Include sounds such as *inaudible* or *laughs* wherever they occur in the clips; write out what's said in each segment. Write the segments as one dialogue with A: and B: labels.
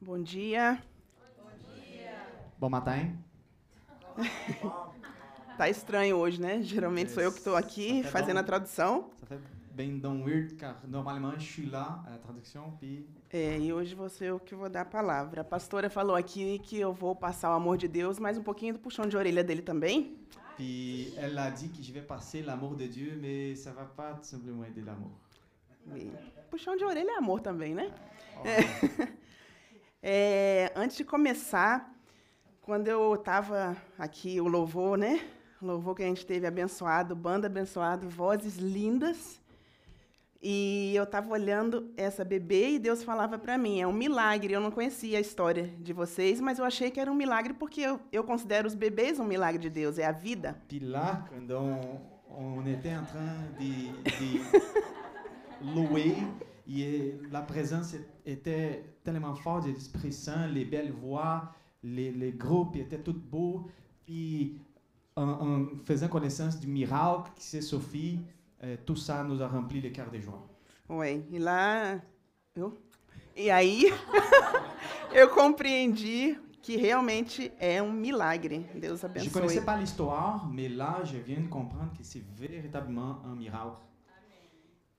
A: Bom dia.
B: Bom matar, hein?
A: Tá estranho hoje, né? Geralmente sou eu que estou aqui
B: Tá bom.
A: fazendo a tradução.
B: Ça fait ben dans weird car normalement je suis là à la traduction puis
A: É, e hoje vou ser eu que vou dar a palavra. A pastora falou aqui que eu vou passar o amor de Deus, mas um pouquinho do puxão de orelha dele também.
B: puis elle a dit que je vais passer l'amour de Dieu mais ça va pas tout simplement aider l'amour.
A: E puxão de orelha é amor também, né? É, antes de começar, quando eu estava aqui, o louvor, né? O louvor que a gente teve abençoado, banda abençoado, vozes lindas. E eu estava olhando essa bebê e Deus falava para mim, é um milagre. Eu não conhecia a história de vocês, mas eu achei que era um milagre porque eu, eu considero os bebês um milagre de Deus, é a vida.
B: Puis là quand on, on était en train de, de louer et la présence était tellement forte de l'Esprit Saint, les belles voix, les, les groupes étaient tout beaux puis en, en faisant connaissance du miracle qui c'est Sophie, euh, tout ça nous a rempli le cœur de joie.
A: Ué, e lá. Eu, e aí *laughs* eu compreendi que realmente é um milagre. Deus
B: Je
A: abençoe.
B: connaissais pas l'histoire, mais là, je viens de comprendre que c'est véritablement un miracle.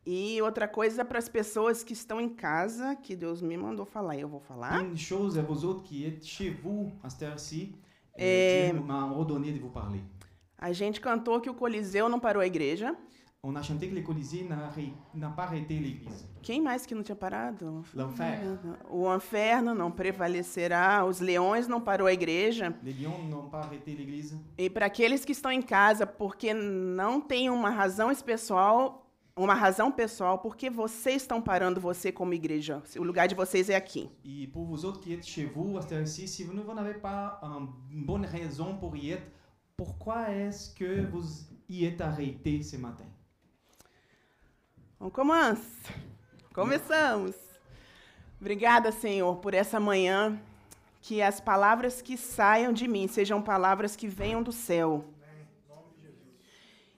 A: E outra coisa para as pessoas que estão em casa, que Deus me mandou falar, eu vou falar.
B: Une chose à vous autres qui êtes chez vous à cette heure-ci, euh,
A: Et-
B: Dieu m'a ordonné de vous parler.
A: A gente cantou que o Coliseu não parou a igreja.
B: On a chanté que le Colisée n'a arrê- n'a pas arrêté l'Église.
A: Quem mais que não tinha parado?
B: L'enfer.
A: O inferno não prevalecerá, os leões não parou a igreja.
B: Les lions n'ont pas arrêté l'Église.
A: E para aqueles que estão em casa, porque não tem uma razão especial, uma razão pessoal, porque vocês estão parando você como igreja. O lugar de vocês é aqui.
B: Et pour vous autres qui êtes chez vous à cette heure-ci, si vous ne- vous n'avez pas euh, une bonne raison pour y être, pourquoi est-ce que vous y êtes arrêté ce matin?
A: Vamos começar. Começamos. Obrigada, Senhor, por essa manhã. Que as palavras que saiam de mim sejam palavras que venham do céu.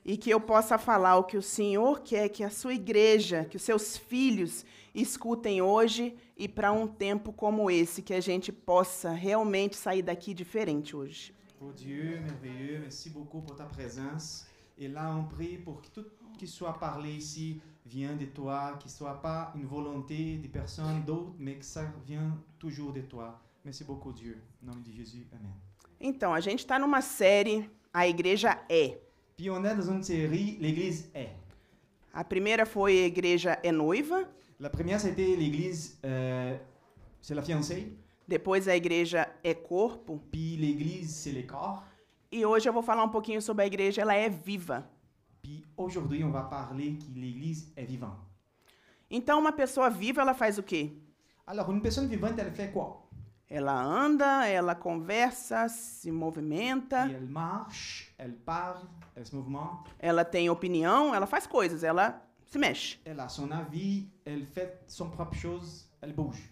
A: E que eu possa falar o que o Senhor quer que a sua igreja, que os seus filhos escutem hoje e para um tempo como esse, que a gente possa realmente sair daqui diferente hoje.
B: Oh Dieu merveilleux, merci beaucoup pour ta présence. Et là, on prie pour que tout ce qui soit parlé ici vienne de toi, qu'il ne soit pas une volonté des personnes d'autres, mais que ça vienne toujours de toi. Merci beaucoup, Dieu. Au nom de Jésus, Amen.
A: Então, a gente está numa série, A Igreja É.
B: Puis on est dans une série, l'Église est.
A: A primeira foi A Igreja é Noiva,
B: La première, c'était l'Église, euh, c'est la fiancée.
A: Depois a igreja é corpo.
B: Puis l'Église, c'est le corps.
A: E hoje eu vou falar um pouquinho sobre a igreja, ela é viva.
B: Puis aujourd'hui, on va parler que l'Église est vivante.
A: Então, uma pessoa viva, ela faz o quê?
B: Alors, une personne vivante, elle fait quoi?
A: Ela anda, ela conversa, se
B: Puis
A: movimenta,
B: elle marche, elle parle, elle se mouvemente.
A: ela tem opinião, ela faz coisas, ela se mexe.
B: elle a son avis, elle fait son propre chose, elle bouge.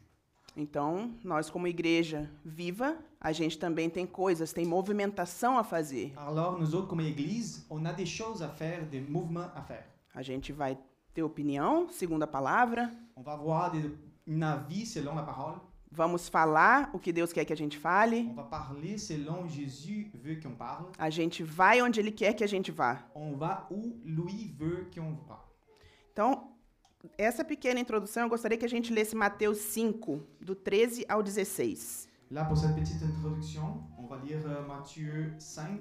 A: Então, nós, como igreja viva, a gente também tem coisas, tem movimentação a fazer.
B: Alors, nous autres, comme Église, on a des choses à faire, des mouvements à faire.
A: A gente vai ter opinião, segundo a palavra,
B: On va avoir des, une avis selon la parole,
A: vamos falar o que Deus quer que a gente fale,
B: on va parler selon Jésus veut qu'on parle,
A: a gente vai onde Ele quer que a gente vá.
B: on va où lui veut qu'on va.
A: Então, essa pequena introdução, eu gostaria que a gente lesse Mateus 5, do 13 ao 16.
B: Là, pour cette petite introduction, on va lire euh, Matthieu 5,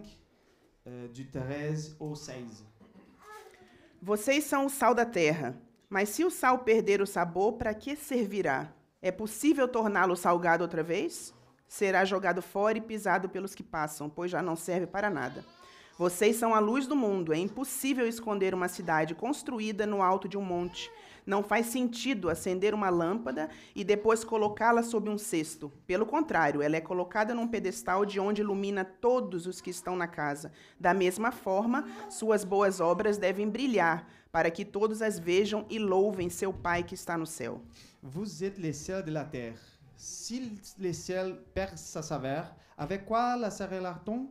B: euh, du 13 au 16.
A: Vocês são o sal da terra, mas se o sal perder o sabor, para que servirá? É possível torná-lo salgado outra vez? Será jogado fora e pisado pelos que passam, pois já não serve para nada. Vocês são a luz do mundo. É impossível esconder uma cidade construída no alto de um monte. Não faz sentido acender uma lâmpada e depois colocá-la sob um cesto. Pelo contrário, ela é colocada num pedestal de onde ilumina todos os que estão na casa. Da mesma forma, suas boas obras devem brilhar, para que todos as vejam e louvem seu Pai que está no céu.
B: Vous êtes les ciels de la terre. Si les ciels perdent sa saveur, avec quoi la servira-t-on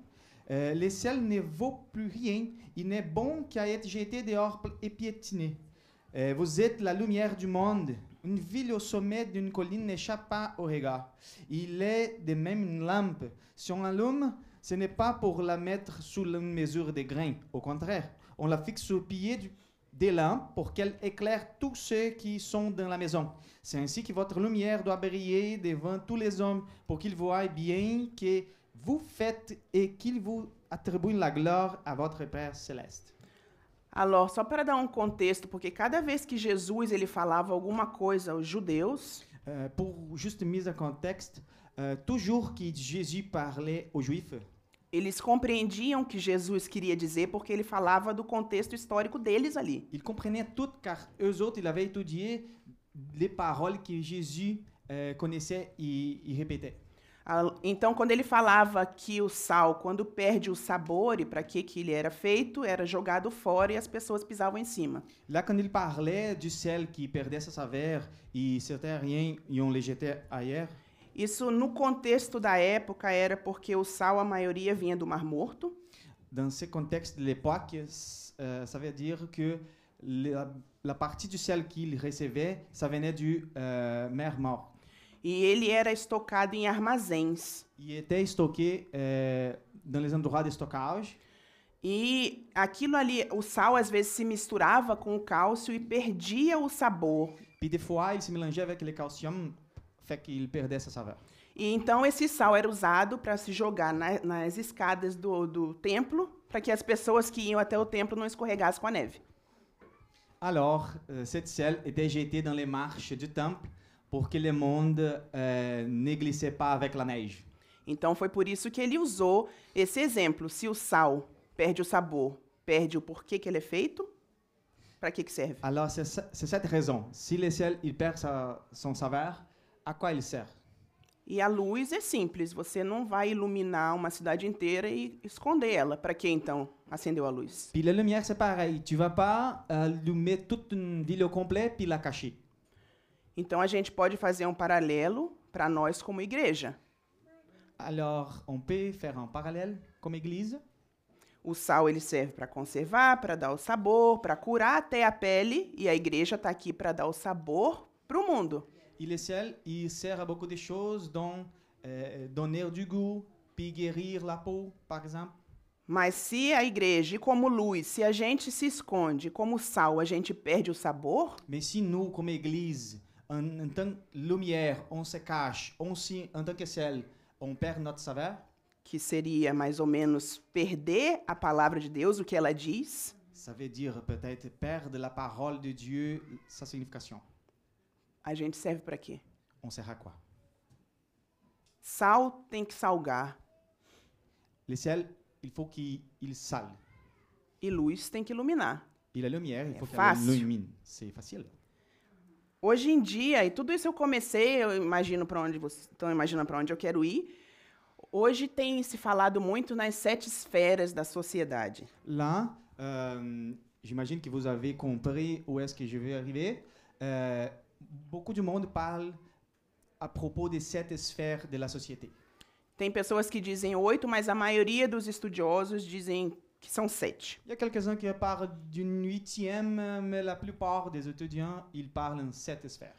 B: Euh, Les ciels ne vaut plus rien. Il n'est bon qu'à être jeté dehors et piétiné. Euh, vous êtes la lumière du monde. Une ville au sommet d'une colline n'échappe pas au regard. Il est de même une lampe. Si on l'allume, ce n'est pas pour la mettre sous la mesure des grains. Au contraire, on la fixe au pied du- des lampes pour qu'elle éclaire tous ceux qui sont dans la maison. C'est ainsi que votre lumière doit briller devant tous les hommes pour qu'ils voient bien que vous faites et qu'ils vous attribuent la gloire à votre Père céleste.
A: Alô, só para dar um contexto, porque cada vez que Jesus ele falava alguma coisa aos judeus,
B: Euh, pour juste mise en contexte, euh, toujours que Jésus parlait aux Juifs,
A: eles compreendiam o que Jesus queria dizer, porque ele falava do contexto histórico deles ali.
B: ils comprenaient tout car eux autres, ils avaient étudié les paroles que Jésus euh, connaissait et, et répétait.
A: A- Então, quando ele falava que o sal, quando perde o sabor e para que, que ele era feito, era jogado fora e as pessoas pisavam em cima.
B: Là, quand il parlait du sel qui perdait sa saveur et certains rien et on les jetait ailleurs,
A: Isso, no contexto da época, era porque o sal, a maioria, vinha do Mar Morto.
B: dans ce contexte de l'époque, s- euh, ça veut dire que la, la partie du sel qu'ils recevaient, ça venait du euh, mer mort.
A: E ele era estocado em armazéns.
B: Il était stocké euh, dans les endroits de stockage.
A: E aquilo ali, o sal às vezes se misturava com o cálcio e perdia o sabor.
B: Puis des fois, il se mélangeait avec le calcium, fait qu'il perdait sa saveur.
A: E então esse sal era usado para se jogar na- nas escadas do, do templo, para que as pessoas que iam até o templo não escorregassem com a neve.
B: Alors, euh, cette sel était jetée dans les marches du temple pour que le monde euh, ne glissait pas avec la neige.
A: Então foi por isso que ele usou esse exemplo. Se o sal perde o sabor, perde o porquê que ele é feito, para que, que serve?
B: Alors, c'est ça- c'est cette raison. Si le sel il perd sa- son saveur, à quoi il sert
A: E a luz é simples, você não vai iluminar uma cidade inteira e esconder ela. Para que então acendeu a luz?
B: Puis la lumière, c'est pareil. Tu vas pas euh, allumer toute une ville au complet puis la cacher.
A: Então a gente pode fazer um paralelo para nós como igreja.
B: Alors, on peut faire un parallèle comme église.
A: O sal ele serve para conservar, para dar o sabor, para curar até a pele, e a igreja está aqui para dar o sabor para o mundo.
B: Il est sel, il sert à beaucoup de choses, dont euh, donner du goût, puis guérir la peau, par exemple.
A: Mas se a igreja, e como luz, se a gente se esconde, como sal, a gente perde o sabor,
B: Mais si nous, comme Église, en, en tant que lumière, on se cache, on si, en tant que sel, on perd notre saveur,
A: que seria mais ou menos perder a palavra de Deus, o que ela diz,
B: ça veut dire peut-être perdre la parole de Dieu, sa signification.
A: a gente serve para quê?
B: On sert à quoi
A: Sal tem que salgar
B: Le sel, il faut qu'il il sale.
A: e luz tem que iluminar.
B: Et la lumière, il
A: Mais
B: faut qu'elle
A: facile.
B: illumine. C'est facile.
A: Hoje em dia, e tudo isso eu comecei, eu imagino para onde você, então imagina para onde eu quero ir. Hoje tem se falado muito nas sete esferas da sociedade.
B: Là, euh, j'imagine que vous avez compris où est-ce que je vais arriver. Euh, beaucoup du monde parle à propos de cette sphère de la société.
A: Tem pessoas que dizem oito, mas a maioria dos estudiosos dizem que são sete.
B: Il y a quelques-uns qui parlent d'une huitième, mais la plupart des étudiants, ils parlent en sept sphères.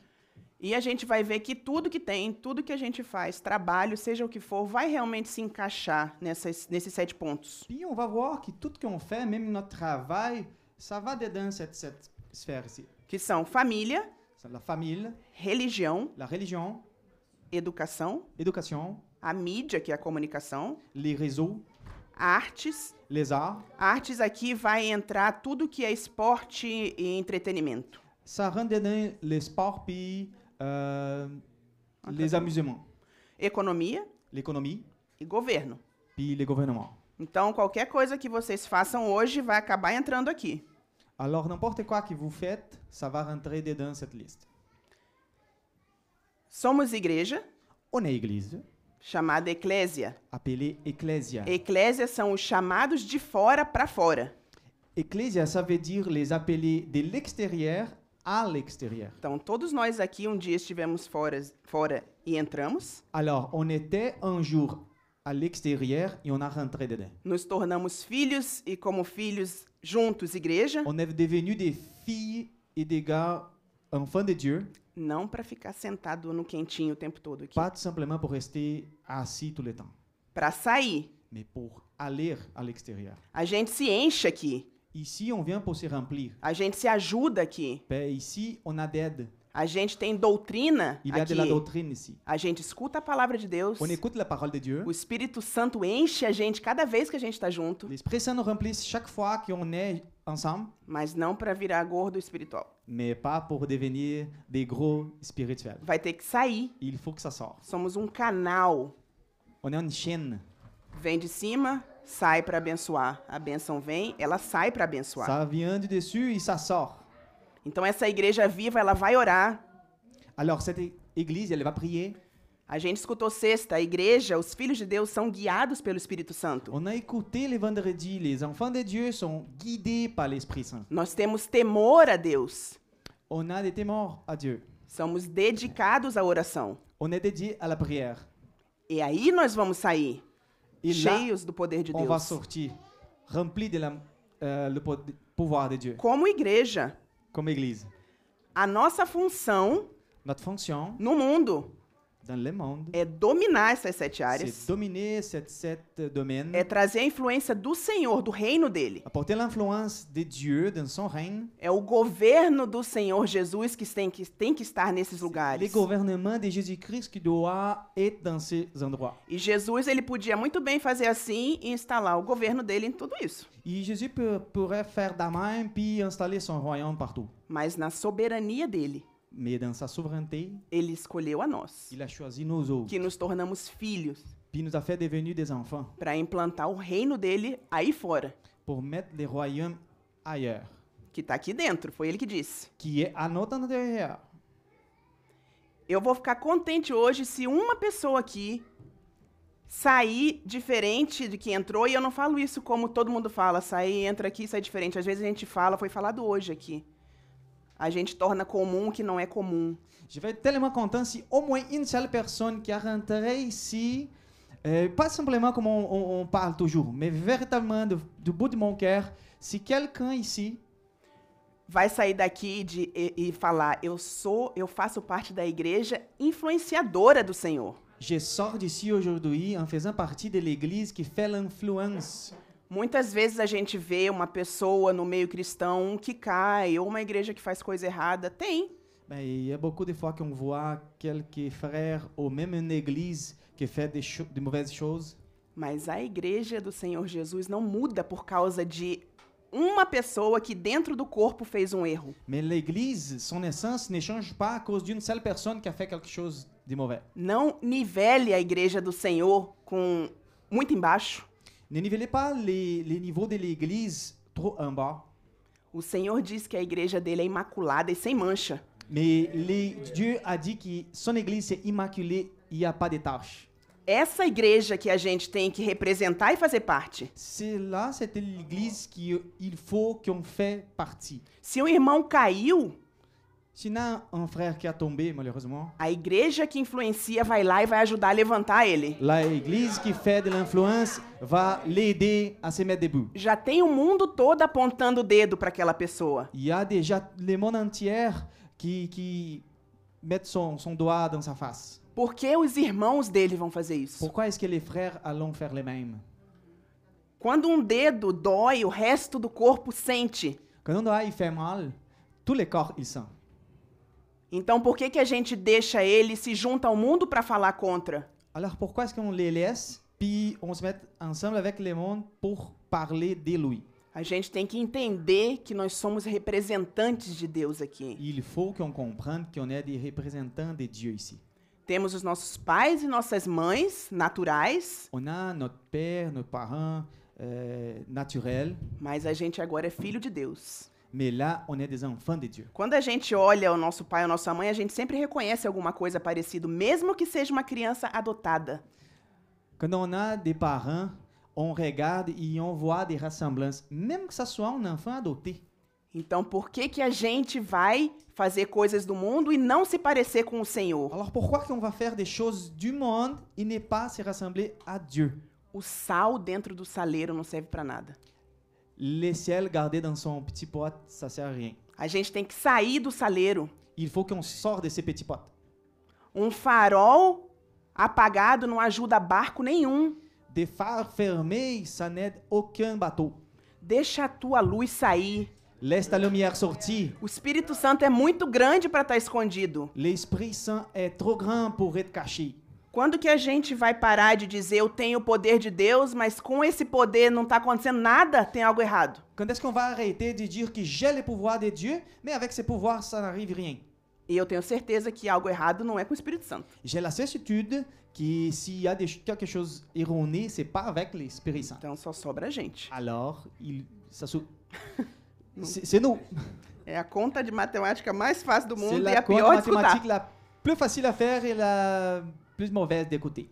A: E a gente vai ver que tudo que tem, tudo que a gente faz, trabalho, seja o que for, vai realmente se encaixar nessas, nesses sete pontos.
B: Puis on va voir que tout ce qu'on fait, même notre travail, ça va dedans cette, cette sphère ici.
A: Que são família,
B: C'est la famille,
A: religião,
B: la religion,
A: educação,
B: l'éducation,
A: a mídia, que é a comunicação,
B: les réseaux,
A: artes,
B: les arts.
A: Artes aqui vai entrar tudo que é esporte e entretenimento.
B: Ça rentre dedans les sports, puis euh, les amusements,
A: Economia
B: l'économie,
A: e governo.
B: puis les gouvernements.
A: Então, qualquer coisa que vocês façam hoje vai acabar entrando aqui.
B: Alors n'importe quoi que vous faites, ça va rentrer dedans cette liste.
A: Somos igreja,
B: On est église,
A: chamada eclésia.
B: appelée ecclesia.
A: Eclésia são os chamados de fora para fora.
B: Ecclesia, ça veut dire les appeler de l'extérieur à l'extérieur.
A: Então, todos nós aqui um dia estivemos fora, fora e entramos,
B: Alors, on était un jour à l'extérieur et on a rentré dedans.
A: nos tornamos filhos e, como filhos, juntos, igreja.
B: On est devenus des filles et des gars, enfants de Dieu.
A: Não para ficar sentado no quentinho o tempo todo aqui.
B: Pas tout simplement pour rester assis tout le temps,
A: Para sair.
B: mais pour aller à l'extérieur.
A: A gente se enche aqui.
B: Ici, on vient pour se remplir.
A: A gente se ajuda aqui.
B: Ben, ici, on a d'aide.
A: A gente tem doutrina
B: Il y a
A: aqui.
B: de la doctrine ici.
A: A gente escuta a palavra de Deus.
B: On écoute la parole de Dieu.
A: O Espírito Santo enche a gente cada vez que a gente está junto,
B: L'Esprit Saint nous remplit chaque fois qu'on est ensemble,
A: mas não para virar gordo espiritual.
B: mais pas pour devenir des gros spirituels.
A: Vai ter que sair.
B: Il faut que ça sorte.
A: Somos um canal.
B: On est une chaîne.
A: Vem de cima, sai para abençoar. A bênção vem, ela sai para abençoar.
B: Ça vient du dessus et ça sort.
A: Então essa igreja viva, ela vai orar.
B: Alors, cette é- église, elle va prier.
A: A gente escutou sexta, a igreja, os filhos de Deus são guiados pelo Espírito Santo.
B: On a écouté les vendredis. Les enfants de Dieu sont guidés par l'Esprit Saint.
A: Nós temos temor a Deus.
B: On a des témoins à Dieu.
A: Somos dedicados à oração.
B: On est dédié à la prière.
A: E aí nós vamos sair
B: Et là,
A: cheios do poder de
B: on va
A: Deus.
B: sortir rempli de la- euh, le po- pouvoir de Dieu
A: Como igreja,
B: comme église.
A: a nossa função
B: Notre fonction
A: no mundo
B: dans le monde,
A: é dominar essas sete áreas,
B: c'est dominer cette, cette domaine,
A: é trazer a influência do Senhor, do reino dele.
B: apporter l'influence de Dieu dans son règne.
A: É o governo do Senhor Jesus que tem que, tem que estar nesses
B: Les
A: lugares.
B: gouvernements de Jésus-Christ qui doit être dans ces endroits.
A: E Jesus ele podia muito bem fazer assim e instalar o governo dele em tudo isso.
B: Et Jésus peut- pourrait faire de même puis installer son royaume partout.
A: Mas na soberania dele,
B: Mais dans sa souveraineté,
A: ele escolheu a nós,
B: il a choisi nos autres,
A: que nos tornamos filhos,
B: puis nous a fait devenir des enfants
A: para implantar o reino dele aí fora,
B: pour mettre les royaumes ailleurs,
A: que está aqui dentro, foi ele que disse.
B: qui est à notre intérieur.
A: Eu vou ficar contente hoje se uma pessoa aqui sair diferente de que entrou, e eu não falo isso como todo mundo fala, sair, entra aqui, sai diferente. Às vezes a gente fala, foi falado hoje aqui. A gente torna comum o que não é comum.
B: Je vais être tellement content si au moins une seule personne qui a rentré ici, euh, pas simplement comme on, on- on parle toujours, mais véritablement de- du bout de mon cœur, si quelqu'un ici,
A: Vai sair daqui de- e, e falar, eu sou, eu faço parte da igreja influenciadora do Senhor.
B: je sors d'ici aujourd'hui en faisant partie de l'Église qui fait l'influence.
A: Muitas vezes a gente vê uma pessoa no meio cristão que cai, ou uma igreja que faz coisa errada. Tem,
B: Ben, il y a beaucoup de fois qu'on voit quelques frères ou même une Église qui fait des, cho- des mauvaises choses,
A: Mas a igreja do Senhor Jesus não muda por causa de uma pessoa que dentro do corpo fez um erro.
B: mais l'Église, son essence, ne change pas à cause d'une seule personne qui a fait quelque chose de mauvais.
A: Não nivele a igreja do Senhor com muito embaixo.
B: Ne nivellez pas les, les niveaux de l'Église trop en bas.
A: O Senhor diz que a igreja dele é imaculada e sem mancha.
B: Mais les- Dieu a dit que son Église est immaculée, il n'y a pas de tâches.
A: Essa igreja que a gente tem que representar e fazer parte.
B: C'est là, c'était l'Église qu'il faut qu'on fait partie.
A: Se um irmão caiu,
B: Sinon, un frère qui a tombé, malheureusement,
A: a igreja que influencia vai lá e vai ajudar a levantar ele.
B: l'Église qui fait de l'influence va l'aider à se mettre debout.
A: Já tem o mundo todo apontando o dedo para aquela pessoa.
B: Il y a déjà le monde entier qui, qui met son, son doigt dans sa face.
A: Por que os irmãos dele vont fazer isso?
B: Pourquoi est-ce que les frères allons faire les mêmes
A: Quando um dedo dói, o resto do corpo sente.
B: Quand on doigt il fait mal, tous les corps ils sentent.
A: Então por que que a gente deixa ele e se junta ao mundo para falar contra?
B: Alors pourquoi est-ce qu'on les laisse, puis on se met ensemble avec le monde pour parler de lui
A: A gente tem que entender que nós somos representantes de Deus aqui.
B: Il faut qu'on comprenne qu'on est des représentants de Dieu ici.
A: Temos os nossos pais e nossas mães naturais,
B: On a notre père, nos parents euh, naturels,
A: mas a gente agora é filho de Deus.
B: mais là, on est des enfants de Dieu.
A: Quando a gente olha o nosso pai ou nossa mãe, a gente sempre reconhece alguma coisa parecida, mesmo que seja uma criança adotada.
B: Quand on a des parents, on regarde et on voit des ressemblances, même que ce soit un enfant adopté.
A: Então por que que a gente vai fazer coisas do mundo e não se parecer com o Senhor?
B: Alors pourquoi qu'on va faire des choses du monde et ne pas se rassembler à Dieu
A: O sal dentro do saleiro não serve para nada.
B: Le ciel gardé dans son petit pot, ça sert à rien.
A: A gente tem que sair do saleiro.
B: Il faut qu'on sorte de ces petits potes.
A: Um farol apagado não ajuda barco nenhum.
B: Des phares fermés, ça n'aide aucun bateau.
A: Deixa a tua luz sair.
B: Laisse ta lumière sortir.
A: O Espírito Santo é muito grande para estar escondido.
B: L'Esprit Saint est trop grand pour être caché.
A: Quando que a gente vai parar de dizer eu tenho o poder de Deus, mas com esse poder não está acontecendo nada? Tem algo errado.
B: Quand est-ce qu'on va arrêter de dire que j'ai le pouvoir de Dieu, mais avec ce pouvoir, ça n'arrive rien?
A: E eu tenho certeza que algo errado não é com o Espírito Santo.
B: J'ai la certitude que s'il y a des- quelque chose erroné, c'est pas avec l'Esprit Saint.
A: Então só sobra a gente.
B: Alors, il, ça se- c'est c'est nous.
A: É a conta de matemática mais fácil do
B: C'est
A: mundo e a
B: la
A: pior
B: conne
A: de escutar.
B: mathématique la plus facile à faire et la plus mauvaise d'écouter.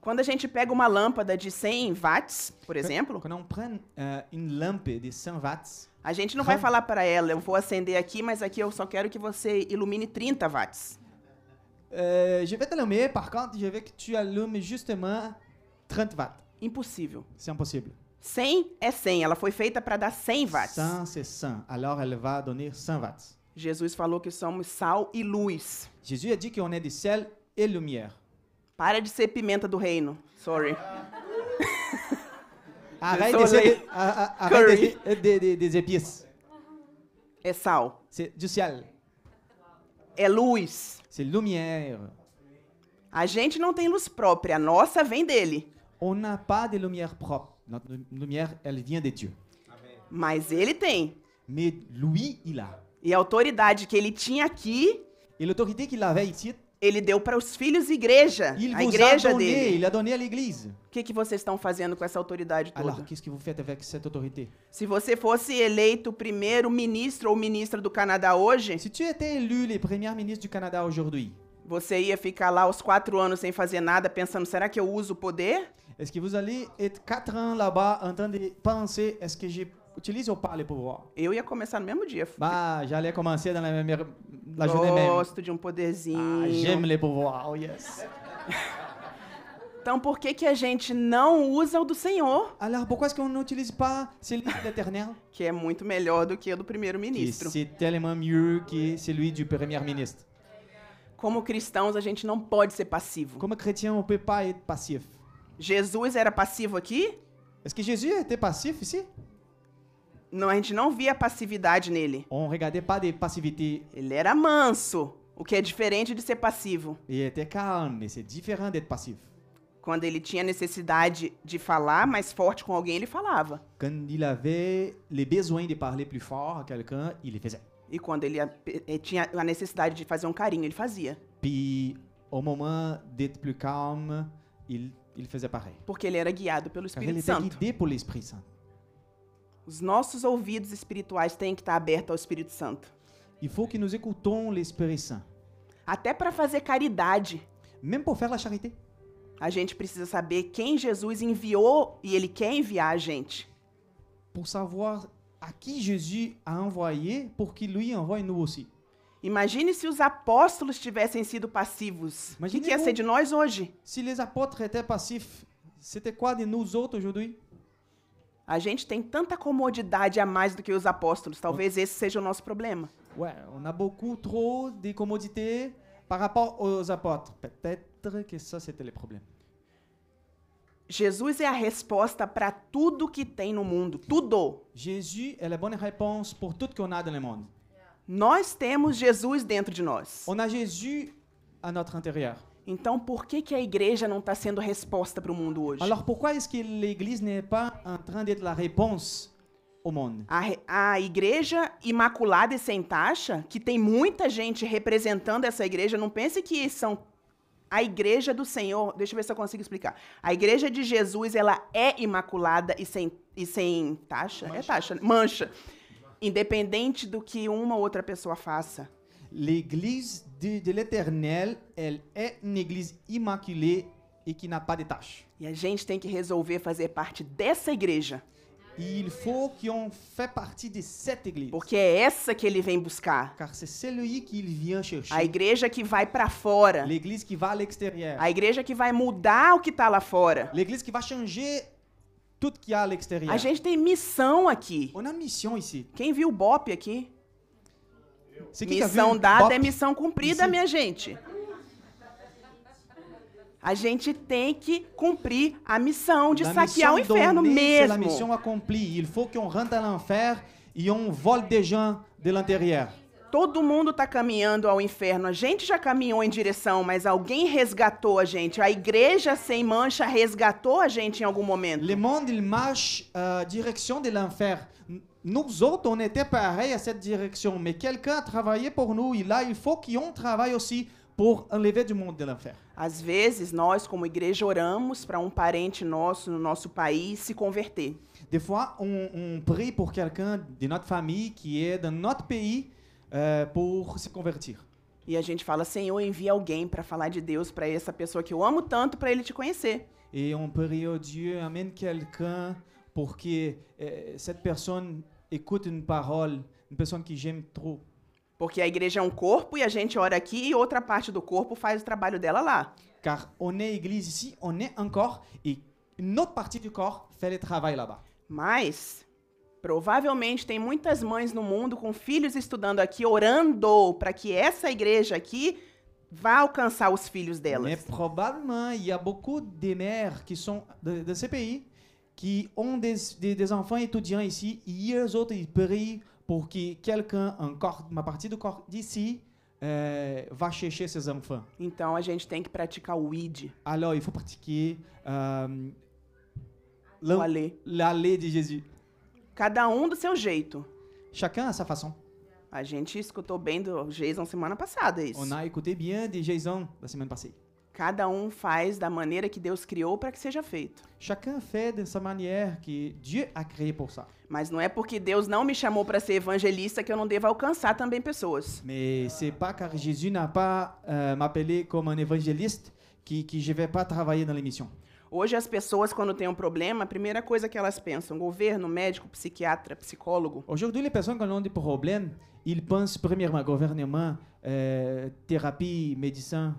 A: Quando a gente pega uma lâmpada de 100 watts, por exemplo,
B: Quand on prend euh, une lampe de 100 watts,
A: a gente não vai falar para ela, eu vou acender aqui, mas aqui eu só quero que você ilumine 30 watts.
B: euh, je vais te l'allumer, par contre, je veux que tu allumes justement 30 watts.
A: Impossível.
B: C'est impossible.
A: 100 é 100, ela foi feita para dar 100 watts.
B: 100, c'est 100. Alors, elle va donner 100 watts.
A: Jesus falou que somos sal e luz.
B: Jésus a dit qu'on est du ciel et lumière.
A: Para de ser pimenta do reino. Sorry.
B: Arrête
A: Désolé.
B: d'essayer de- a- a- arrête
A: Curry.
B: d'essayer des, des- des épices.
A: É sal.
B: C'est du ciel.
A: É luz.
B: C'est lumière.
A: A gente não tem luz própria, a nossa vem dele.
B: On n'a pas de lumière propre. Notre lumi- lumière, elle vient de Dieu.
A: Mas ele tem.
B: Mais lui, il a.
A: E a autoridade que ele tinha aqui,
B: Et l'autorité qu'il avait ici,
A: ele deu para os filhos e igreja.
B: il
A: a
B: vous a
A: igreja
B: donné,
A: dele.
B: il a donné à l'Église.
A: O que, que vocês estão fazendo com essa autoridade toda?
B: Alors, qu'est-ce que vous faites avec cette autorité
A: Se você fosse eleito primeiro ministro ou ministra do Canadá hoje,
B: Si tu étais élu les premiers ministres du Canada aujourd'hui,
A: você ia ficar lá os quatro anos sem fazer nada, pensando: será que eu uso o poder?
B: est-ce que vous allez être quatre ans là-bas en train de penser est-ce que j'utilise ou pas les pouvoirs
A: Eu ia começar no mesmo dia.
B: Bah, j'allais commencer dans la, même, la journée même.
A: Gosto de um
B: Ah, j'aime
A: poderzinho.
B: les pouvoirs, oh yes.
A: então por que que a gente não usa o do Senhor,
B: Alors, pourquoi est-ce qu'on n'utilise pas celui de l'éternel
A: que é muito melhor do que o do
B: Et
A: primeiro-ministro?
B: C'est tellement mieux que celui du premier ministre.
A: Como cristãos, a gente não pode ser passivo.
B: Comme chrétien, on ne peut pas être passif.
A: Jesus era passivo aqui?
B: Est-ce que Jésus était passif ici
A: Não, a gente não via passividade nele.
B: On ne regardait pas des passivités.
A: Ele era manso, o que é diferente de ser passivo.
B: Il était calme, et c'est différent d'être passif.
A: Quando ele tinha necessidade de falar mais forte com alguém, ele falava.
B: Quand il avait les besoins de parler plus fort à quelqu'un, il le faisait.
A: E quando ele a- eh, tinha a necessidade de fazer um carinho, ele fazia.
B: Puis, au moment d'être plus calme, il, il faisait pareil.
A: Porque ele é era guiado pelo
B: Car il
A: Espírito
B: était
A: Santo.
B: guidé pour l'Esprit Saint.
A: Os nossos ouvidos espirituais têm que estar abertos ao Espírito Santo.
B: Il faut que nous écoutons l'Esprit Saint.
A: Até para fazer caridade,
B: Même pour faire la charité.
A: a gente precisa saber quem Jesus enviou e ele quer enviar a gente.
B: Pour savoir à qui Jésus a envoyé pour qu'il lui envoie nous aussi.
A: Imagine se os apóstolos tivessem sido passivos. O que,
B: Imagine
A: que ia
B: como-
A: ser de nós hoje?
B: Si les apôtres étaient passifs, c'était quoi de nous autres aujourd'hui
A: A gente tem tanta comodidade a mais do que os apóstolos. Talvez esse seja o nosso problema.
B: Ouais, on a beaucoup trop de commodités par rapport aux apôtres. Peut-être que ça, c'était le problème.
A: Jesus é a resposta para tudo que tem no mundo, tudo.
B: Jésus est la bonne réponse pour tout ce qu'on a dans le monde.
A: Nós temos Jesus dentro de nós.
B: On a Jésus à notre intérieur.
A: Então, por que, que a igreja não está sendo resposta para o mundo hoje?
B: Alors pourquoi est-ce que l'Église n'est pas en train d'être la réponse au monde
A: A, re- a igreja imaculada e sem taxa, que tem muita gente representando essa igreja, não pense que são a igreja do Senhor. Deixa eu ver se eu consigo explicar. A igreja de Jesus, ela é imaculada e sem, e sem taxa? É taxa, né? mancha. Independente do que uma ou outra pessoa faça.
B: L'Église de, de l'Éternel, elle est une Église immaculée et qui n'a pas de tâches.
A: E a gente tem que resolver fazer parte dessa igreja,
B: Il faut qu'on fait partie de cette Église.
A: porque é essa que ele vem buscar.
B: Car c'est celui qu'il vient
A: A
B: chercher.
A: igreja que vai para fora.
B: L'église qui va à l'extérieur.
A: A igreja que vai mudar o que tá lá fora.
B: L'église qui va changer tout ce qu'il y a à l'extérieur.
A: A gente tem missão aqui.
B: On a une mission ici.
A: Quem viu o Bop aqui?
B: C'est qui qui a vu
A: Missão dada
B: tá Bop?
A: é missão cumprida,
B: Sim.
A: minha gente. A gente tem que cumprir a missão de
B: La
A: saquear o
B: mission
A: inferno
B: donnée, c'est La
A: mesmo.
B: mission accomplie. Il faut qu'on rentre à l'enfer et on vole des gens de l'intérieur.
A: Todo mundo está caminhando ao inferno. A gente já caminhou em direção, mas alguém resgatou a gente. A igreja sem mancha resgatou a gente em algum momento.
B: Le monde, il marche euh, direction de l'enfer. N- Nous autres, on était pareils à cette direction, mais quelqu'un a travaillé pour nous. Et là, il faut qu'on travaille aussi pour enlever du monde de l'enfer.
A: Às vezes, nós, como igreja, oramos para um parente nosso no nosso país se converter.
B: Des fois, on, on prie pour quelqu'un de notre famille qui est dans notre pays euh, pour se convertir.
A: E a gente fala, Senhor, envia alguém para falar de Deus para essa pessoa que eu amo tanto, para ele te conhecer.
B: Et on prie au Dieu, amène quelqu'un pour que euh, cette personne écoute une parole, une personne que j'aime trop.
A: Porque a igreja é um corpo e a gente ora aqui e outra parte do corpo faz o trabalho dela lá.
B: Car on est église ici, on est un corps et une autre partie du corps fait le travail là-bas.
A: Mas provavelmente tem muitas mães no mundo com filhos estudando aqui, orando para que essa igreja aqui vá alcançar os filhos
B: Mais
A: delas.
B: probablement, il y a beaucoup de mères qui sont de, de ces pays qui ont des, des- des enfants étudiants ici. Et eux autres, ils prient pour que quelqu'un, un corps, ma partie du corps d'ici, euh, va chercher ses enfants.
A: Então a gente tem que praticar o ID,
B: Alors, il faut pratiquer euh,
A: o
B: l'en-
A: alê.
B: l'allée de Jésus.
A: Cada um do seu jeito.
B: Chacun à sa façon.
A: A gente escutou bem do Jason semana passada isso.
B: On a écouté bien des Jason la semaine passée.
A: Cada um faz da maneira que Deus criou para que seja feito.
B: Chacun fait de sa manière que Dieu a créé pour ça.
A: Mas não é porque Deus não me chamou para ser evangelista que eu não devo alcançar também pessoas.
B: Mais c'est pas car Jésus n'a pas euh, m'appelé comme un évangéliste que, que je vais pas travailler dans l'émission.
A: Hoje as pessoas quando têm um problema, a primeira coisa que elas pensam, governo, médico, psiquiatra, psicólogo.
B: Aujourd'hui, les personnes qui ont des problèmes, ils pensent premièrement gouvernement, euh, thérapie, médecin.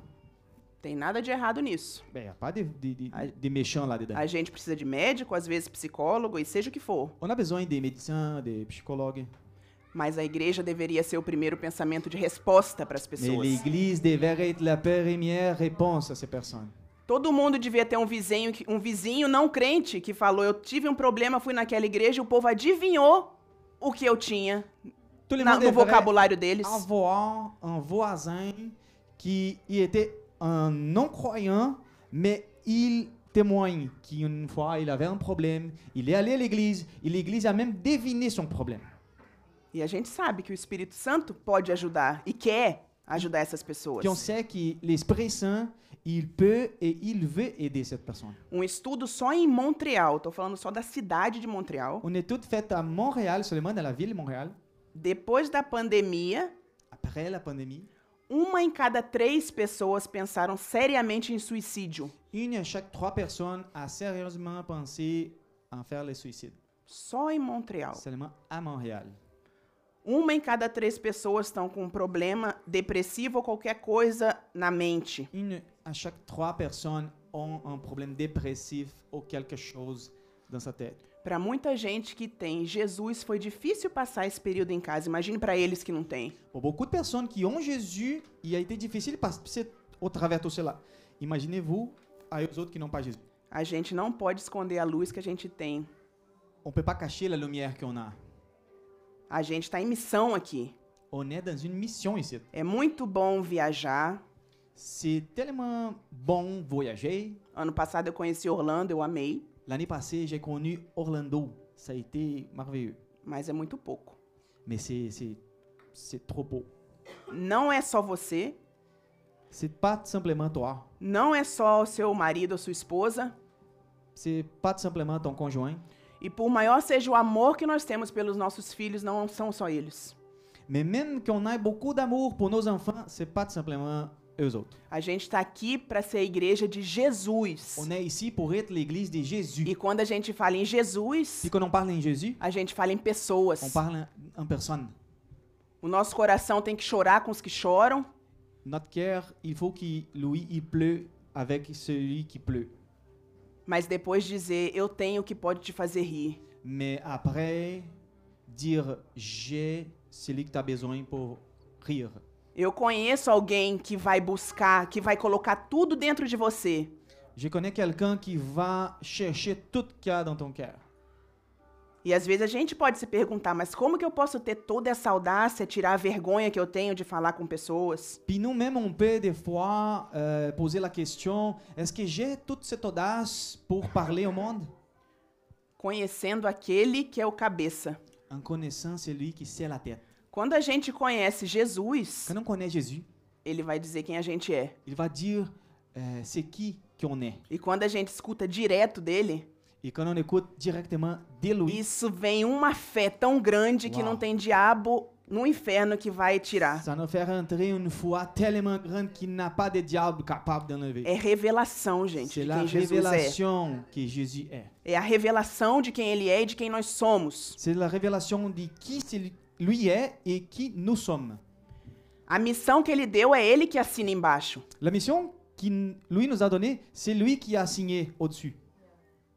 A: Tem nada de errado nisso.
B: Il n'y a pas de, de- de-
A: Ah.
B: de méchants là-dedans.
A: A gente precisa de médico, às vezes psicólogo e seja o que for.
B: On a besoin des médecins, des psychologues.
A: Mas a igreja deveria ser o primeiro pensamento de resposta para as
B: Mais
A: pessoas.
B: l'Église devrait être la première réponse à ces personnes.
A: Todo mundo devia ter um vizinho, que- um vizinho não crente que falou: Eu tive um problema, fui naquela igreja, o povo adivinhou o que eu tinha
B: Tout le
A: na-
B: monde
A: no
B: devrait
A: vocabulário deles.
B: avoir un voisin qui il était un non-croyant, mais il témoigne qu'une fois il avait un problème, il est allé à l'église, et l'église a même deviné son problème.
A: E a gente sabe que o Espírito Santo pode ajudar e quer ajudar essas pessoas.
B: Puis on sait que é um l'Esprit Saint, il peut et il veut aider cette personne.
A: Um estudo só em Montreal, estou falando só da cidade de Montreal.
B: On est toutes faites à Montréal, seulement dans la ville de Montréal,
A: Depois da pandemia,
B: après la pandémie.
A: uma em cada três pessoas pensaram seriamente em suicídio.
B: Une à chaque trois personnes a sérieusement pensé en faire le suicide,
A: Só em Montreal.
B: seulement à Montréal.
A: Uma em cada três pessoas estão com um problema depressivo ou qualquer coisa na mente.
B: Une à chaque trois personnes ont un problème dépressif ou quelque chose dans sa tête.
A: Para muita gente que tem Jesus, foi difícil passar esse período em casa. Imagine para eles que não têm.
B: Pour beaucoup de personnes qui ont Jésus, il a été difficile de passer au travers de tout cela. Imaginez-vous à eux autres qui n'ont pas Jésus.
A: A gente não pode esconder a luz que a gente tem.
B: On ne peut pas cacher la lumière qu'on a.
A: A gente está em missão aqui.
B: On est dans une mission ici.
A: É muito bom viajar.
B: C'est tellement bon voyager.
A: Ano passado eu conheci Orlando, eu amei,
B: L'année passée, j'ai connu Orlando. Ça a été merveilleux.
A: mas é muito pouco.
B: Mais c'est- c'est c'est trop beau.
A: Não é só você,
B: C'est pas simplement toi.
A: não é só o seu marido ou sua esposa.
B: C'est pas simplement ton conjoint.
A: E por maior seja o amor que nós temos pelos nossos filhos, não são só eles.
B: Mais même qu'on ait beaucoup d'amour pour nos enfants, c'est pas simplement eux autres.
A: A gente está aqui para ser a igreja de Jesus.
B: On est ici pour être l'église de Jésus.
A: E quando a gente fala em Jesus,
B: Si quand on parle en Jésus,
A: a gente fala em pessoas.
B: on parle en, en personne.
A: O nosso coração tem que chorar com os que choram,
B: Notre cœur, il faut qu'il lui il pleut avec celui qui pleut.
A: mas depois dizer eu tenho o que pode te fazer rir.
B: Mais après, dire j'ai celui que tu as besoin pour rire.
A: Eu conheço alguém que vai buscar, que vai colocar tudo dentro de você.
B: Je connais quelqu'un qui va chercher tout ce qu'il y a dans ton cœur.
A: E às vezes a gente pode se perguntar, mas como que eu posso ter toda essa audácia, tirar a vergonha que eu tenho de falar com pessoas?
B: Puis nous-mêmes, on peut des fois euh, poser la question, est-ce que j'ai toute cette audace pour parler au monde
A: Conhecendo aquele que é o cabeça.
B: En connaissant celui qui sait la tête.
A: Quando a gente conhece Jesus,
B: Quand on connaît Jésus,
A: ele vai dizer quem a gente é.
B: il va dire euh, c'est qui qu'on est.
A: E quando a gente escuta direto dele,
B: Et quand on écoute directement de lui,
A: isso vem uma fé tão grande que
B: Uau.
A: não tem diabo no inferno que vai tirar.
B: ça nous fait rentrer une foi tellement grande qu'il n'a pas de diable capable d'enlever.
A: É revelação, gente,
B: C'est
A: de
B: la
A: quem Jesus é.
B: révélation que Jésus est.
A: É a revelação de quem ele é e de quem nós somos.
B: C'est la révélation de qui c'est lui est et qui nous sommes.
A: A missão que ele deu é ele que assina embaixo.
B: La mission qu'il lui nous a donnée, c'est lui qui a signé au-dessus.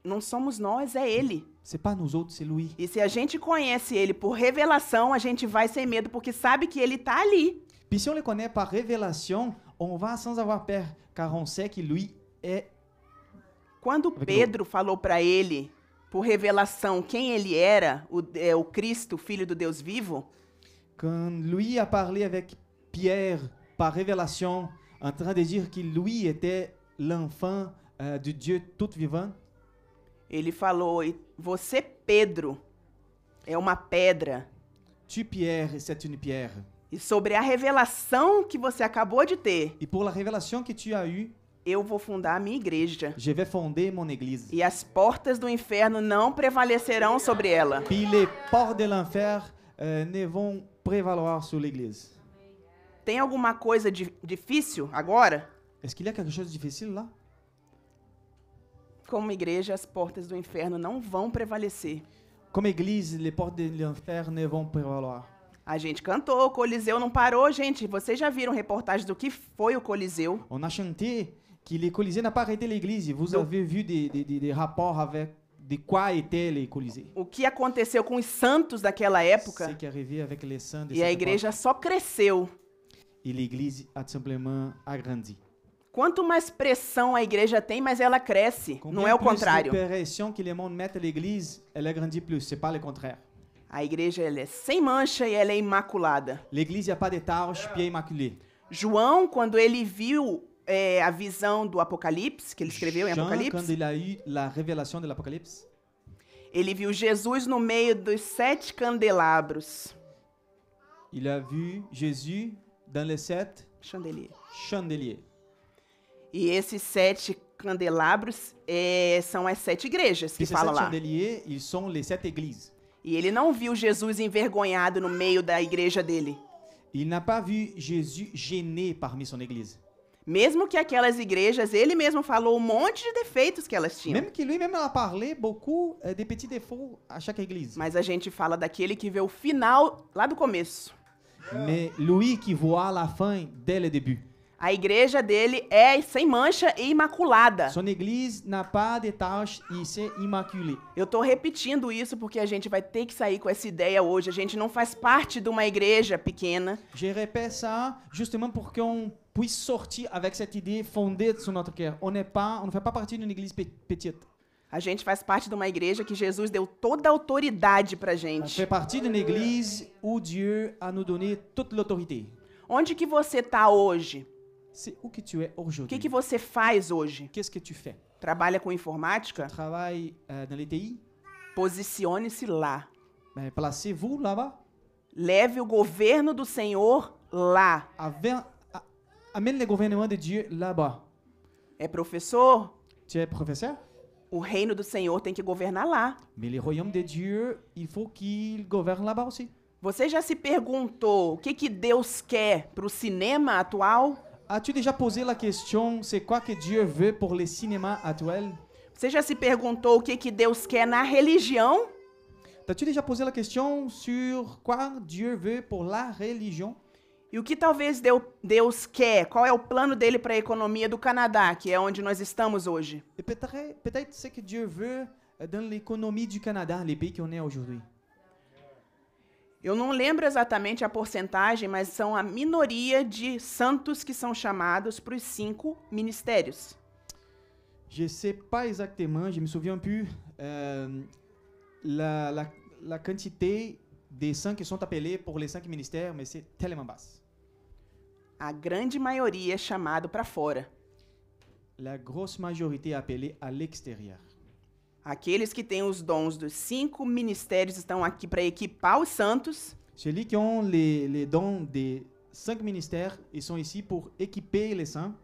A: Não somos nós, é ele.
B: C'est pas nous autres, c'est lui.
A: E se a gente conhece ele por revelação, a gente vai sem medo porque sabe que ele tá ali.
B: Puis si on le connaît par révélation, on va sans avoir peur, car on sait que lui est.
A: Quando
B: Olha que
A: Pedro falou para ele por revelação quem ele era, o, é, o Cristo, filho do Deus vivo,
B: Quand lui a parlé avec Pierre par révélation, en train de dire que lui était l'enfant euh, du Dieu tout vivant,
A: ele falou: "E "Você Pedro é uma pedra
B: tu Pierre, c'est une pierre.
A: e sobre a revelação que você acabou de ter,
B: Et pour la révélation que tu as eue,
A: eu vou fundar a minha igreja."
B: je vais fonder mon église.
A: e as portas do inferno não prevalecerão sobre ela.
B: Puis les portes de l'enfer euh, ne vont prévaloir sur l'église.
A: Tem alguma coisa de, difícil agora?
B: Est-ce qu'il y a quelque chose de difficile là
A: Como igreja, as portas do inferno não vão prevalecer.
B: Comme église, les portes de l'enfer ne vont prévaloir.
A: A gente cantou, o Coliseu não parou, gente. Vocês já viram reportagem do que foi o Coliseu?
B: On a chanté que les Colisées n'a pas arrêté l'église. Vous
A: Donc-
B: avez vu des, des- des- des rapports avec de quoi étaient les Colisées.
A: O que aconteceu com os santos daquela
B: Ce
A: época?
B: qui est arrivé avec les saints de
A: E a
B: cette époque.
A: igreja só cresceu.
B: Et l'église a tout simplement agrandi.
A: Quanto mais pressão a igreja tem, mais ela cresce. Não é o
B: plus
A: contrário.
B: de pression que les monde mettent à l'église, elle agrandit plus. C'est pas le contraire.
A: A igreja ela é sem mancha e ela é imaculada.
B: L'église, il n'y a pas de tâches, pieds immaculés.
A: João, quando ele viu é, a visão do Apocalipse, que ele escreveu em
B: Jean, quand
A: Apocalipse,
B: il a eu la révélation de l'Apocalypse,
A: ele viu Jesus no meio dos sete candelabros.
B: il a vu Jésus dans les sept
A: Chandelier.
B: chandeliers.
A: E esses sete candelabros é, são as sete igrejas que
B: Puis ces
A: fala
B: sept
A: lá.
B: chandeliers, ils sont les sept églises.
A: E ele não viu Jesus envergonhado no meio da igreja dele.
B: Il n'a pas vu Jésus gêné parmi son église.
A: Mesmo que aquelas igrejas, ele mesmo falou um monte de defeitos que elas tinham.
B: Même que lui-même a parlé beaucoup euh, des petits défauts à chaque église.
A: Mas a gente fala daquele que vê o final lá do começo.
B: Mais lui qui voit la fin dès le début.
A: A igreja dele é sem mancha e imaculada.
B: Son église n'a pas de tâches, il s'est immaculé.
A: Eu tô repetindo isso porque a gente vai ter que sair com essa ideia hoje. A gente não faz parte de uma igreja pequena.
B: Je répète ça justement pour qu'on puisse sortir avec cette idée fondée sur notre cœur. On n'est pas, on ne fait pas partie d'une église pe- petite.
A: A gente faz parte de uma igreja que Jesus deu toda a autoridade pra
B: On fait
A: gente.
B: partie d'une église où Dieu a nous donné toute l'autorité.
A: Onde que você tá hoje?
B: C'est où que tu es
A: O que
B: aujourd'hui.
A: que você faz hoje?
B: Qu'est-ce que tu fais?
A: Trabalha com informática?
B: Travaille euh, dans les TI?
A: Posicione-se lá.
B: Ben, placez-vous là-bas.
A: Leve o governo do Senhor lá.
B: Aven- a- Amène le gouvernement de Dieu là-bas.
A: É professor?
B: Tu es professeur?
A: O reino do Senhor tem que governar lá.
B: Mais le royaume de Dieu, il faut qu'il gouverne là-bas aussi.
A: Você já se perguntou o que que Deus quer pro cinema atual?
B: As-tu déjà posé la question, c'est quoi que Dieu veut pour les cinémas actuels?
A: Você já se perguntou o que, que Deus quer na religião?
B: T'as-tu déjà posé la question sur quoi Dieu veut pour la religion?
A: E o que talvez Deu- Deus quer? Qual é o plano dele para a economia do Canadá, que é onde nós estamos hoje?
B: Et peut-être, peut-être ce que euh, Dieu veut dans l'économie du Canada, les pays qu'on est aujourd'hui.
A: Eu não lembro exatamente a porcentagem, mas são a minoria de santos que são chamados para os cinco ministérios.
B: Je sais pas exactement, je me souviens plus euh, la, la- la quantité des saints qui sont appelés pour les cinq ministères, mais c'est tellement basse.
A: A grande maioria é chamado para fora.
B: La grosse majorité est appelée à l'extérieur.
A: Aqueles que têm os dons dos cinco ministérios estão aqui para equipar os santos
B: Celui qui ont les, les dons des cinq ministères, ils sont ici pour équiper les saints,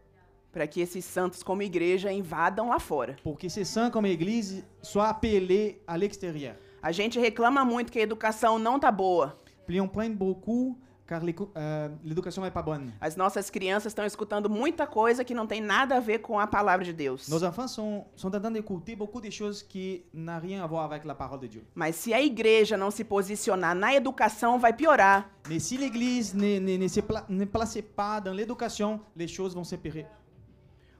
A: para que esses santos, como igreja, invadam lá fora.
B: pour que ces saints comme Église soient appelés à l'extérieur.
A: A gente reclama muito que a educação não tá boa.
B: Puis on plaint beaucoup car l'éco- euh, l'éducation n'est pas bonne.
A: As nossas crianças estão escutando muita coisa que não tem nada a ver com a palavra de Deus.
B: Nos enfants sont, sont en train d'écouter beaucoup de choses qui n'ont rien à voir avec la parole de Dieu.
A: Mas se a igreja não se posicionar na educação, vai piorar.
B: Mais si l'Église ne, ne- ne se pla- ne place pas dans l'éducation, les choses vont s'empirer.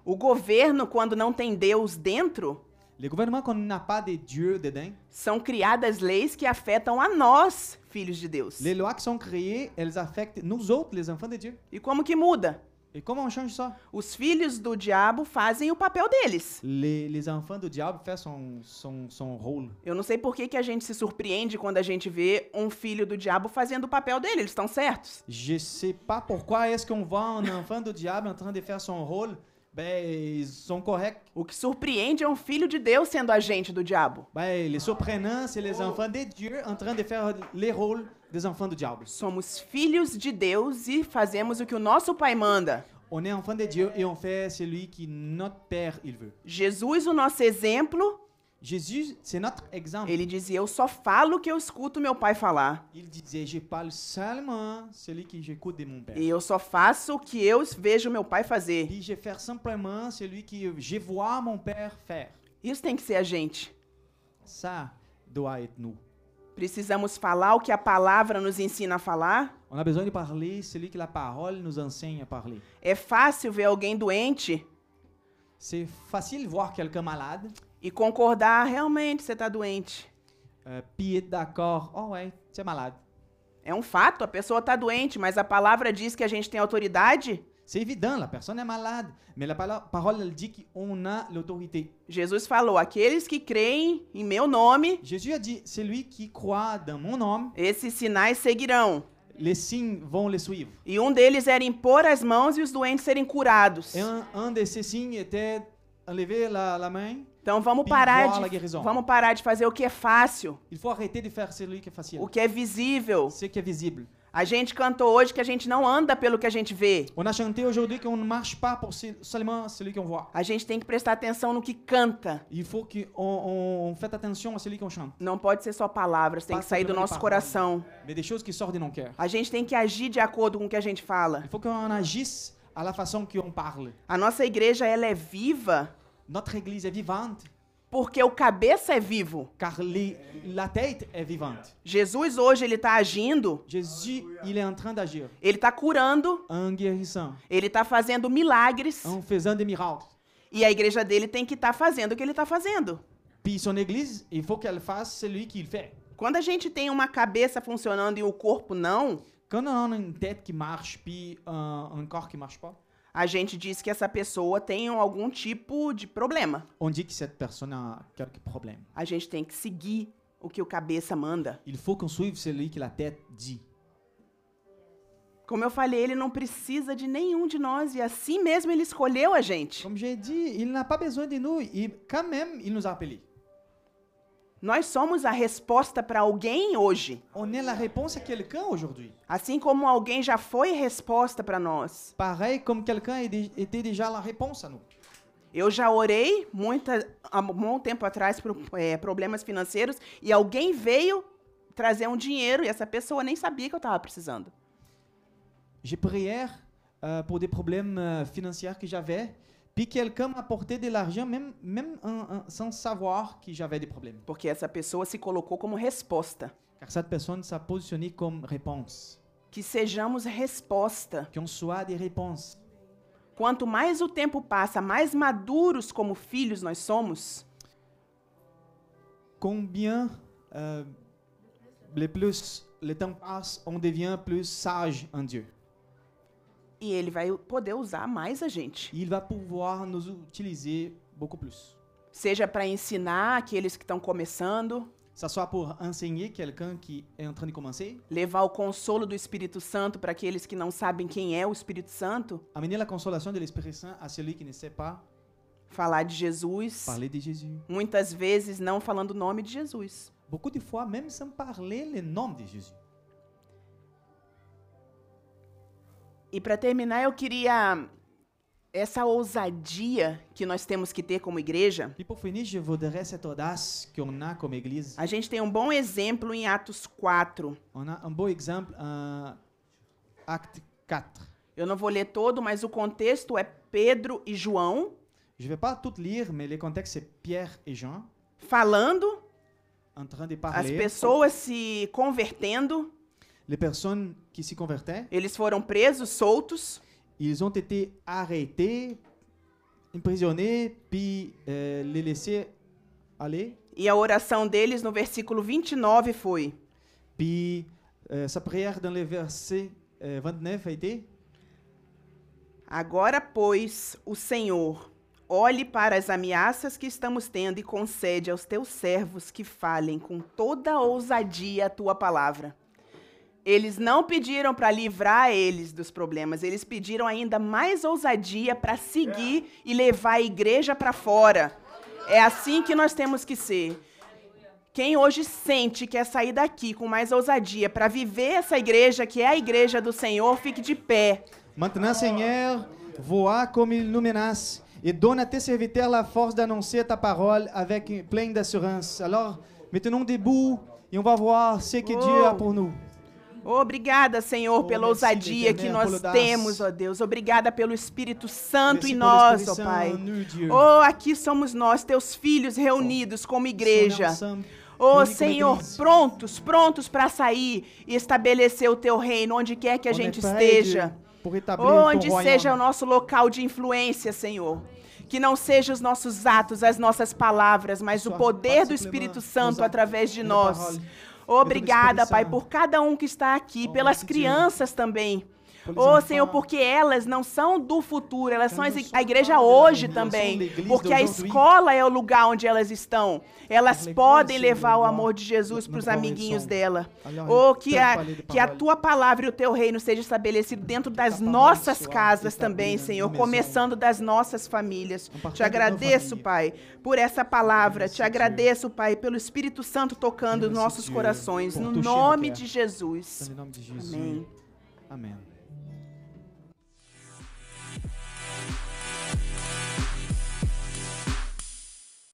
A: O governo, quando não tem Deus dentro,
B: Le gouvernement, qu'on n'a pas de Dieu dedans,
A: são criadas leis que afetam a nós, filhos de Deus.
B: les lois qui sont créées, elles affectent nous autres, les enfants de Dieu.
A: E como que muda?
B: Et comment on change ça
A: Os filhos do diabo fazem o papel deles.
B: les, les enfants du diable font son, son, son rôle.
A: Eu não sei por que, que a gente se surpreende quando a gente vê um filho do diabo fazendo o papel dele. Eles estão certos.
B: Je sais pas pourquoi est-ce qu'on voit un enfant du diable en train de faire son rôle. Ben, ils sont corrects.
A: O que surpreende é um filho de Deus sendo agente do diabo.
B: Ben, les surprenants, c'est les enfants de Dieu en train de faire les rôles des enfants du diable.
A: Somos filhos de Deus e fazemos o que o nosso pai manda.
B: On est enfant de Dieu et on fait celui qui notre Père il veut.
A: Jesus, o nosso exemplo,
B: Jésus, c'est notre exemple.
A: ele dizia: Eu só falo o que eu escuto meu pai falar.
B: Il disait, je parle seulement celui que j'écoute de mon Père.
A: E eu só faço o que eu vejo meu pai
B: Il
A: fazer.
B: dit, je fais simplement celui que je vois mon Père faire.
A: Isso tem que ser a gente.
B: Ça doit être nous.
A: Precisamos falar o que a palavra nos ensina a falar.
B: On a besoin de parler celui que la parole nous enseigne à parler.
A: É fácil ver alguém doente
B: C'est facile de voir quelqu'un malade,
A: e concordar, "Ah, realmente você está doente.
B: euh, puis être d'accord, oh ouais, tu es malade.
A: É um fato, a pessoa está doente, mas a palavra diz que a gente tem autoridade.
B: C'est évident, la personne est malade, mais la pala- parole elle dit qu'on a l'autorité.
A: Jesus falou: Aqueles que creem em meu nome,
B: Jésus a dit, celui qui croit dans mon nom,
A: esses sinais seguirão.
B: les signes vont le suivre.
A: E um deles era impor as mãos e os doentes serem curados.
B: Et un, un de ces signes était enlever la, la main.
A: Então vamos
B: Pinguar
A: parar
B: a
A: de
B: guerrisão.
A: vamos parar de fazer o que é fácil,
B: Il faut arrêter de faire celui qui est facile,
A: o que é visível.
B: ce qui est visible.
A: A gente cantou hoje que a gente não anda pelo que a gente vê.
B: On a chanté aujourd'hui qu'on ne marche pas pour ce- seulement celui qu'on voit.
A: A gente tem que prestar atenção no que canta.
B: Il faut qu'on on, on fasse attention à celui qu'on chante.
A: Não pode ser só palavras, tem que
B: Passa
A: sair do
B: pela
A: nosso
B: palavra.
A: coração.
B: mais des choses qui sortent de nos cœurs.
A: A gente tem que agir de acordo com o que a gente fala.
B: Il faut qu'on agisse à la façon qu'on parle.
A: A nossa igreja ela é viva
B: Notre Église est vivante
A: porque o cabeça é vivo.
B: car les- la tête est vivante.
A: Jesus hoje ele tá agindo,
B: Jésus, il est en train d'agir
A: ele tá curando,
B: en guérissant,
A: ele tá fazendo milagres
B: en faisant des miracles.
A: e a igreja dele tem que estar fazendo o que ele tá fazendo.
B: Puis son Église, il faut qu'elle fasse celui qu'il fait.
A: Quando a gente tem uma cabeça funcionando e o corpo não,
B: Quand on a une tête qui marche, puis un, un corps qui marche pas,
A: a gente diz que essa pessoa tem algum tipo de problema.
B: on dit que cette personne a quelques problèmes.
A: A gente tem que seguir o que o cabeça manda.
B: Il faut qu'on suive celui que la tête dit.
A: Como eu falei, ele não precisa de nenhum de nós e assim mesmo ele escolheu a gente.
B: Comme j'ai dit, il n'a pas besoin de nous. Il, quand même, il nous a appelés.
A: Nós somos a resposta para alguém hoje,
B: On est la réponse à quelqu'un aujourd'hui.
A: assim como alguém já foi resposta para nós.
B: Pareil comme quelqu'un est dé- était déjà la réponse à nous.
A: Eu já orei muita, há um bom tempo atrás por é, problemas financeiros e alguém veio trazer um dinheiro e essa pessoa nem sabia que eu estava precisando.
B: J'ai prié euh, pour des problèmes euh, financiers que j'avais, puis quelqu'un m'a apporté de l'argent, même, même en- en- sans savoir que j'avais des problèmes.
A: Porque essa pessoa se colocou como resposta.
B: Car cette personne s'est positionnée comme réponse.
A: Que sejamos resposta.
B: Qu'on soit des réponses.
A: Quanto mais o tempo passa, mais maduros como filhos nós somos,
B: Combien euh, les plus le temps passe, on devient plus sage en Dieu.
A: E ele vai poder usar mais a gente.
B: Il va pouvoir nous utiliser beaucoup plus.
A: Seja para ensinar aqueles que estão começando,
B: Ça soit pour enseigner quelqu'un qui est en train de commencer,
A: levar o consolo do Espírito Santo para aqueles que não sabem quem é o Espírito Santo,
B: amener la consolation de l'Esprit Saint à celui qui ne sait pas
A: falar de Jesus,
B: parler de Jésus.
A: muitas vezes não falando o nome de Jesus.
B: Beaucoup de fois, même sans parler le nom de Jésus.
A: E para terminar, eu queria essa ousadia que nós temos que ter como igreja.
B: Et pour finir, je voudrais cette audace qu'on a comme Église.
A: A gente tem um bom exemplo em Atos 4.
B: On a un beau exemple en Acte 4.
A: Eu não vou ler todo, mas o contexto é Pedro e João
B: Je ne vais pas tout lire, mais le contexte, c'est Pierre et Jean
A: falando,
B: en train de
A: as
B: parler.
A: pessoas se convertendo,
B: Les personnes qui s'y convertaient,
A: eles foram presos, soltos.
B: ils ont été arrêtés, emprisonnés, puis euh, les laissés aller.
A: E a oração deles no versículo 29 foi:
B: Puis euh, sa prière dans le verset euh, 29 a été
A: Agora, pois, o Senhor, olhe para as ameaças que estamos tendo e concede aos teus servos que falem com toda a ousadia a tua palavra. Eles não pediram para livrar eles dos problemas, eles pediram ainda mais ousadia para seguir e levar a igreja para fora. É assim que nós temos que ser. Quem hoje sente que é sair daqui com mais ousadia para viver essa igreja que é a igreja do Senhor, fique de pé. Ah.
B: Maintenant, Seigneur, vois comme il nous menace et donne à tes serviteurs la force d'annoncer ta parole avec une- plein d'assurance. Alors, mettons-nous debout et on va voir ce que Dieu a pour nous.
A: Oh. Obrigada, Senhor,
B: Oh,
A: pela
B: merci,
A: ousadia que
B: Eterno,
A: nós
B: pelo das-
A: temos, ó Deus. Obrigada pelo Espírito Santo
B: Merci
A: em
B: pour
A: nós,
B: l'Esprit
A: ó
B: Saint
A: Pai.
B: en nous, Dieu.
A: Oh, aqui somos nós, teus filhos reunidos como igreja.
B: Sommes ensemble,
A: Oh,
B: unis comme
A: Senhor,
B: Église.
A: prontos, prontos para sair e estabelecer o teu reino onde quer que a
B: On est
A: gente
B: prêt, Dieu,
A: esteja.
B: pour établir ton
A: Onde
B: royaume.
A: seja o nosso local de influência, Senhor. Que não sejam os nossos atos, as nossas palavras, mas o
B: Sua
A: poder do
B: participar-
A: Espírito
B: nos
A: Santo
B: atos,
A: através de
B: na
A: nós.
B: palavra.
A: Obrigada,
B: Espírito
A: Pai,
B: Santo.
A: por cada um que está aqui,
B: Oh,
A: pelas
B: merci,
A: crianças também.
B: Pour les
A: Oh, Senhor,
B: enfants.
A: porque elas não são do futuro, elas são
B: Elas
A: as-
B: não são
A: a igreja
B: da
A: hoje
B: geração, da
A: também.
B: igreja
A: Porque a
B: d'aujourd'hui.
A: escola é o lugar onde elas estão. Elas
B: l'école,
A: podem
B: c'est
A: levar o
B: l'endroit
A: amor de Jesus
B: notre
A: para os
B: parole
A: amiguinhos
B: ensemble.
A: dela.
B: Alors,
A: Oh,
B: le
A: que
B: temps
A: a,
B: parler de
A: que a
B: parole.
A: tua palavra e o teu reino seja estabelecido dentro das
B: palavra
A: nossas
B: sua
A: casas
B: estabelecida
A: também,
B: na
A: Senhor,
B: minha
A: começando das nossas famílias.
B: A partir
A: Te
B: da minha
A: agradeço,
B: família.
A: Pai, por essa palavra.
B: Merci,
A: Te
B: Senhor.
A: agradeço, Pai, pelo Espírito Santo tocando
B: Merci,
A: nossos
B: Senhor,
A: corações.
B: por
A: No
B: toucher nos
A: nome
B: cœurs.
A: de
B: Dans
A: Jesus.
B: le nom de Jésus.
A: Amém.
B: Amen.